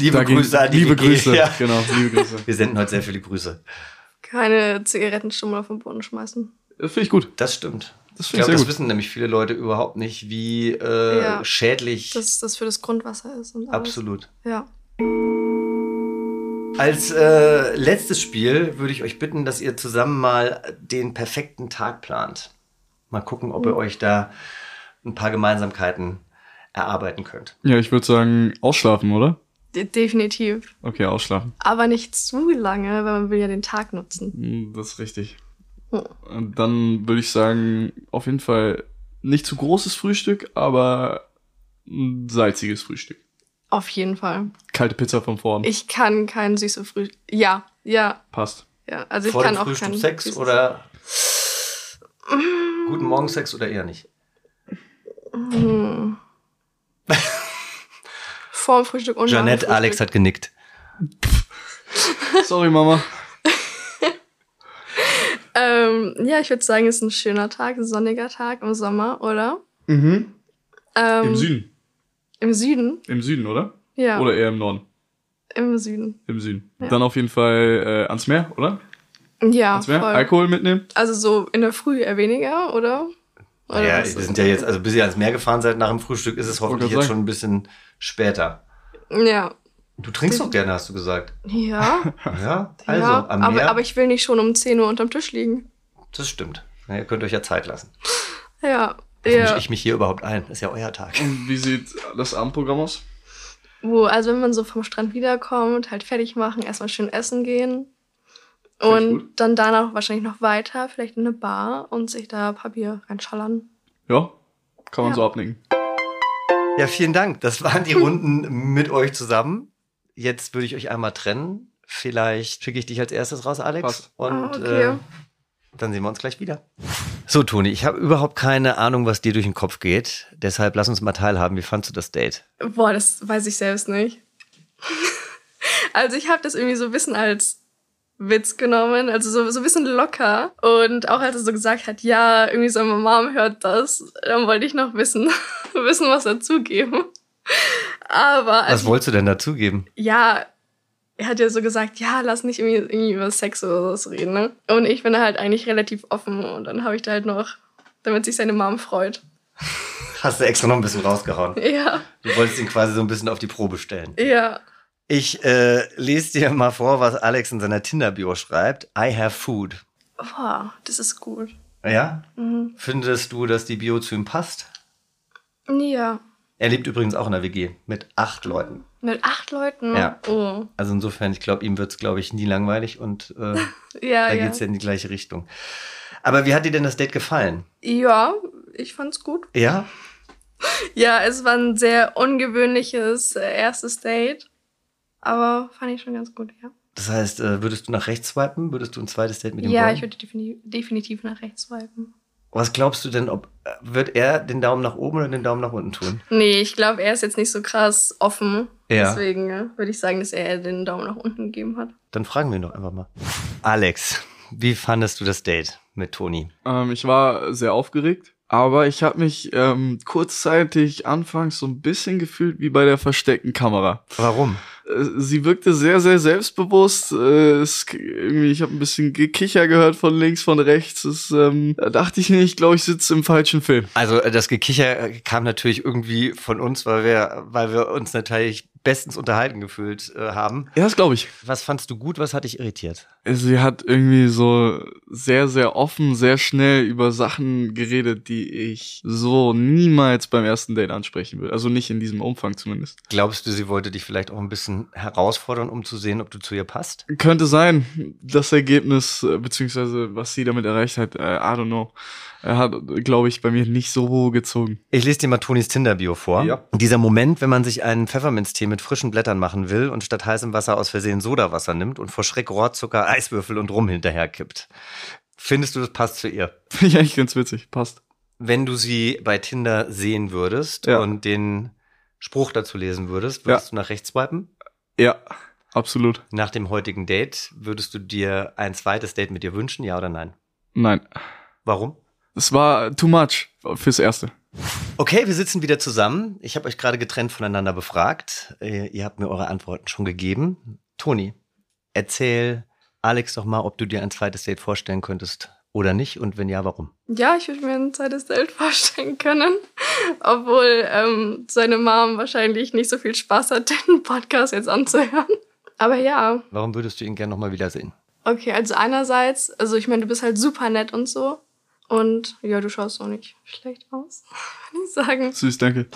[SPEAKER 2] Liebe
[SPEAKER 3] Dagegen-
[SPEAKER 2] Grüße an die
[SPEAKER 3] Liebe
[SPEAKER 2] WG.
[SPEAKER 3] Grüße,
[SPEAKER 2] Ja.
[SPEAKER 3] genau, liebe Grüße.
[SPEAKER 2] Wir senden heute sehr viele Grüße.
[SPEAKER 1] Keine Zigarettenstummel auf den Boden schmeißen.
[SPEAKER 3] Das finde ich gut.
[SPEAKER 2] Das stimmt. Ich
[SPEAKER 3] Das finde ich
[SPEAKER 2] glaube,
[SPEAKER 3] sehr
[SPEAKER 2] das
[SPEAKER 3] gut.
[SPEAKER 2] wissen nämlich viele Leute überhaupt nicht, wie äh,
[SPEAKER 1] Ja.
[SPEAKER 2] schädlich
[SPEAKER 1] Dass das für das Grundwasser ist. Und alles.
[SPEAKER 2] absolut.
[SPEAKER 1] Ja.
[SPEAKER 2] Als äh, letztes Spiel würde ich euch bitten, dass ihr zusammen mal den perfekten Tag plant. Mal gucken, ob ihr
[SPEAKER 1] Hm.
[SPEAKER 2] euch da ein paar Gemeinsamkeiten erarbeiten könnt.
[SPEAKER 3] Ja, ich würde sagen, ausschlafen, oder?
[SPEAKER 1] De definitiv.
[SPEAKER 3] Okay, ausschlafen.
[SPEAKER 1] Aber nicht zu lange, weil man will ja den Tag nutzen.
[SPEAKER 3] Hm, Das ist richtig.
[SPEAKER 1] Hm.
[SPEAKER 3] Und Dann würde ich sagen, auf jeden Fall nicht zu großes Frühstück, aber ein salziges Frühstück.
[SPEAKER 1] Auf jeden Fall.
[SPEAKER 3] Kalte Pizza von vorn.
[SPEAKER 1] Ich kann kein süßes Frühstück. Ja, ja,
[SPEAKER 3] Passt.
[SPEAKER 1] ja. Also ich
[SPEAKER 2] Vor
[SPEAKER 1] kann
[SPEAKER 2] dem
[SPEAKER 1] auch
[SPEAKER 2] Frühstück
[SPEAKER 1] kein
[SPEAKER 2] Sex
[SPEAKER 1] süßes-
[SPEAKER 2] oder guten Morgen Sex oder eher nicht? (laughs)
[SPEAKER 1] Hm. Vor dem Frühstück und nach dem
[SPEAKER 2] Jeanette
[SPEAKER 1] Frühstück.
[SPEAKER 2] Alex hat genickt.
[SPEAKER 3] Sorry, Mama.
[SPEAKER 1] Ähm, ja, ich würde sagen, es ist ein schöner Tag, ein sonniger Tag im Sommer, oder?
[SPEAKER 3] Mhm.
[SPEAKER 1] Ähm,
[SPEAKER 3] Im Süden.
[SPEAKER 1] Im Süden?
[SPEAKER 3] Im Süden, oder?
[SPEAKER 1] Ja.
[SPEAKER 3] Oder eher im Norden.
[SPEAKER 1] Im Süden.
[SPEAKER 3] Im Süden.
[SPEAKER 1] Ja.
[SPEAKER 3] Dann auf jeden Fall äh, ans Meer, oder?
[SPEAKER 1] Ja,
[SPEAKER 3] ans Meer.
[SPEAKER 1] voll.
[SPEAKER 3] Alkohol mitnehmen.
[SPEAKER 1] Also so in der Früh eher weniger, oder? Oder
[SPEAKER 2] Naja,
[SPEAKER 1] was?
[SPEAKER 2] wir sind ja jetzt, also bis ihr ans Meer gefahren seid nach dem Frühstück, ist es hoffentlich
[SPEAKER 3] Wollte
[SPEAKER 2] jetzt
[SPEAKER 3] gerade
[SPEAKER 2] schon ein bisschen später.
[SPEAKER 1] Ja.
[SPEAKER 2] Du trinkst doch gerne, hast du (laughs) gesagt.
[SPEAKER 1] Ja,
[SPEAKER 2] Ja, also
[SPEAKER 1] Hm. ja.
[SPEAKER 2] am
[SPEAKER 1] aber,
[SPEAKER 2] Meer,
[SPEAKER 1] aber ich will nicht schon um 10 Uhr unterm Tisch liegen.
[SPEAKER 2] das stimmt. Na, ihr könnt euch ja Zeit lassen.
[SPEAKER 1] Ja.
[SPEAKER 2] Warum
[SPEAKER 1] ja.
[SPEAKER 2] mische Also ich mich hier überhaupt ein? Ist ja euer Tag.
[SPEAKER 3] Und wie sieht das Abendprogramm aus?
[SPEAKER 1] Wo, also wenn man so vom Strand wiederkommt, halt fertig machen, erstmal schön essen gehen.
[SPEAKER 3] Finde ich
[SPEAKER 1] Und dann danach wahrscheinlich noch weiter, vielleicht in eine Bar und sich da ein paar Bier reinschallern.
[SPEAKER 3] Ja, kann man
[SPEAKER 1] Ja.
[SPEAKER 3] so abnicken.
[SPEAKER 2] Ja, vielen Dank. Das waren die Runden mit euch zusammen. Jetzt würde ich euch einmal trennen. Vielleicht schicke ich dich als erstes raus, Alex.
[SPEAKER 3] Passt.
[SPEAKER 2] Und
[SPEAKER 1] Ah, okay.
[SPEAKER 2] äh, dann sehen wir uns gleich wieder. So, Toni, ich habe überhaupt keine Ahnung, was dir durch den Kopf geht. Deshalb lass uns mal teilhaben. Wie fandst du das Date?
[SPEAKER 1] Boah, das weiß ich selbst nicht. (laughs) also ich habe das irgendwie so ein bisschen als Witz genommen, also so, so ein bisschen locker. Und auch als er so gesagt hat, ja, irgendwie so, meine Mom hört das, dann wollte ich noch wissen, (laughs) wissen was dazugeben. Aber
[SPEAKER 2] Was
[SPEAKER 1] also,
[SPEAKER 2] wolltest du denn dazugeben?
[SPEAKER 1] ja, er hat ja so gesagt, ja, lass nicht irgendwie, irgendwie über Sex oder sowas reden. Ne? Und ich bin da halt eigentlich relativ offen und dann habe ich da halt noch, damit sich seine Mom freut. (laughs)
[SPEAKER 2] Hast du extra noch ein bisschen rausgehauen.
[SPEAKER 1] Ja,
[SPEAKER 2] Du wolltest ihn quasi so ein bisschen auf die Probe stellen.
[SPEAKER 1] ja.
[SPEAKER 2] Ich äh, lese dir mal vor, was Alex in seiner Tinder-Bio schreibt. I have food.
[SPEAKER 1] Boah, das ist gut.
[SPEAKER 2] Ja?
[SPEAKER 1] Mhm.
[SPEAKER 2] Findest du, dass die Bio zu ihm passt?
[SPEAKER 1] Ja.
[SPEAKER 2] Er lebt übrigens auch in der WG mit acht Leuten.
[SPEAKER 1] Mit acht Leuten?
[SPEAKER 2] Ja.
[SPEAKER 1] Oh.
[SPEAKER 2] Also insofern, ich glaube, ihm wird's, glaube ich, nie langweilig und
[SPEAKER 1] (laughs) Ja,
[SPEAKER 2] äh, da
[SPEAKER 1] Ah, ja.
[SPEAKER 2] geht's ja in die gleiche Richtung. Aber wie hat dir denn das Date gefallen?
[SPEAKER 1] ja, ich fand's gut.
[SPEAKER 2] Ja?
[SPEAKER 1] Ja, es war ein sehr ungewöhnliches äh, erstes Date. Aber fand ich schon ganz gut, ja.
[SPEAKER 2] Das heißt, äh, würdest du nach rechts swipen? Würdest du ein zweites Date mit ihm
[SPEAKER 1] Ja,
[SPEAKER 2] wollen?
[SPEAKER 1] ich würde defini definitiv nach rechts swipen.
[SPEAKER 2] Was glaubst du denn, ob äh, wird er den Daumen nach oben oder den Daumen nach unten tun?
[SPEAKER 1] Nee, ich glaube, er ist jetzt nicht so krass offen.
[SPEAKER 2] Ja.
[SPEAKER 1] Deswegen äh, würde ich sagen, dass er eher den Daumen nach unten gegeben hat.
[SPEAKER 2] Dann fragen wir ihn doch einfach mal. Alex, wie fandest du das Date mit Toni?
[SPEAKER 3] Ähm, ich war sehr aufgeregt, aber ich habe mich ähm, kurzzeitig anfangs so ein bisschen gefühlt wie bei der versteckten Kamera.
[SPEAKER 2] Warum?
[SPEAKER 3] Äh, Sie wirkte sehr, sehr selbstbewusst. Äh, Es, k- irgendwie, ich habe ein bisschen Gekicher gehört von links, von rechts. Es, ähm, da dachte ich mir, ich glaube, ich sitze im falschen Film.
[SPEAKER 2] Also äh, das Gekicher äh, kam natürlich irgendwie von uns, weil wir, weil wir uns natürlich bestens unterhalten gefühlt äh, haben.
[SPEAKER 3] Ja, das glaube ich.
[SPEAKER 2] Was fandst du gut, was hat dich irritiert?
[SPEAKER 3] Also, Sie hat irgendwie so sehr, sehr offen, sehr schnell über Sachen geredet, die ich so niemals beim ersten Date ansprechen würde. Also nicht in diesem Umfang zumindest.
[SPEAKER 2] Glaubst du, sie wollte dich vielleicht auch ein bisschen herausfordern, um zu sehen, ob du zu ihr passt?
[SPEAKER 3] Könnte sein, das Ergebnis, äh, beziehungsweise was sie damit erreicht hat, äh, I don't know, äh, hat, glaube ich, bei mir nicht so gezogen. (laughs)
[SPEAKER 2] Ich lese dir mal Tonis Tinder-Bio vor.
[SPEAKER 3] Ja.
[SPEAKER 2] Dieser Moment, wenn man sich einen Pfefferminztee mit frischen Blättern machen will und statt heißem Wasser aus Versehen Sodawasser nimmt und vor Schreck Rohrzucker, Eiswürfel und Rum hinterherkippt. Findest du, das passt zu ihr?
[SPEAKER 3] Finde ich eigentlich ganz witzig, passt.
[SPEAKER 2] wenn du sie bei Tinder sehen würdest
[SPEAKER 3] Ja.
[SPEAKER 2] und den Spruch dazu lesen würdest, würdest du nach rechts swipen?
[SPEAKER 3] Ja, absolut.
[SPEAKER 2] Nach dem heutigen Date würdest du dir ein zweites Date mit ihr wünschen, ja oder nein?
[SPEAKER 3] Nein,
[SPEAKER 2] Warum?
[SPEAKER 3] es war too much fürs Erste.
[SPEAKER 2] Okay, wir sitzen wieder zusammen. Ich habe euch gerade getrennt voneinander befragt. Äh, Ihr habt mir eure Antworten schon gegeben. Toni, erzähl Alex doch mal, ob du dir ein zweites Date vorstellen könntest oder nicht und wenn ja, warum.
[SPEAKER 1] Ja, ich würde mir ein zweites Date (laughs) vorstellen können, obwohl ähm, seine Mom wahrscheinlich nicht so viel Spaß hat, (laughs) den Podcast jetzt anzuhören. Aber ja,
[SPEAKER 2] Warum würdest du ihn gerne nochmal wiedersehen?
[SPEAKER 1] okay, also einerseits, also ich meine, du bist halt super nett und so. Und ja, du schaust auch nicht schlecht aus, (laughs) würde ich sagen.
[SPEAKER 3] Süß, danke.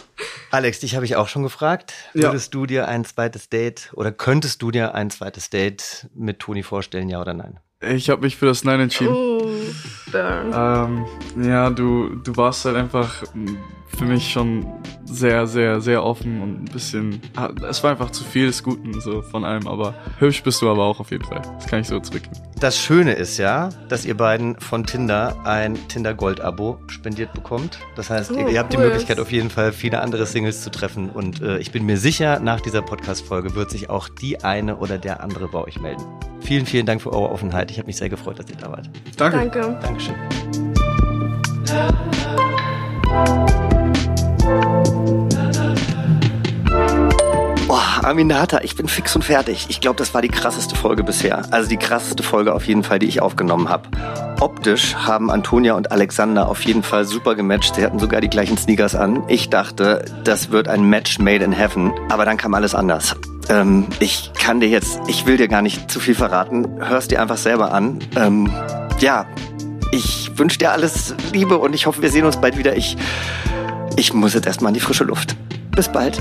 [SPEAKER 2] Alex, dich habe ich auch schon gefragt.
[SPEAKER 3] Ja.
[SPEAKER 2] Würdest du dir ein zweites Date oder könntest du dir ein zweites Date mit Toni vorstellen, ja oder nein?
[SPEAKER 3] Ich habe mich für das Nein entschieden.
[SPEAKER 1] Oh, burn.
[SPEAKER 3] Ähm, ja, du, du warst halt einfach m, für mich schon sehr, sehr, sehr offen und ein bisschen. ah, Es war einfach zu viel des Guten, so von allem, aber hübsch bist du aber auch auf jeden Fall. Das kann ich so zurückgeben.
[SPEAKER 2] Das Schöne ist ja, dass ihr beiden von Tinder ein Tinder Gold Abo spendiert bekommt. Das heißt, ihr,
[SPEAKER 1] Oh,
[SPEAKER 2] ihr habt die
[SPEAKER 1] cool.
[SPEAKER 2] Möglichkeit auf jeden Fall viele andere Singles zu treffen und äh, ich bin mir sicher, nach dieser Podcast Folge wird sich auch die eine oder der andere bei euch melden. Vielen, vielen Dank für eure Offenheit. Ich habe mich sehr gefreut, dass ihr da wart.
[SPEAKER 3] Danke.
[SPEAKER 1] Danke.
[SPEAKER 2] Dankeschön. Boah, Aminata, ich bin fix und fertig. Ich glaube, das war die krasseste Folge bisher. Also die krasseste Folge auf jeden Fall, die ich aufgenommen habe. Optisch haben Antonia und Alexander auf jeden Fall super gematcht. Sie hatten sogar die gleichen Sneakers an. Ich dachte, das wird ein Match made in heaven. Aber dann kam alles anders. Ähm, ich kann dir jetzt, ich will dir gar nicht zu viel verraten. Hörst dir einfach selber an. Ähm, ja, ich wünsche dir alles Liebe und ich hoffe, wir sehen uns bald wieder. Ich, ich muss jetzt erstmal in die frische Luft. Bis bald.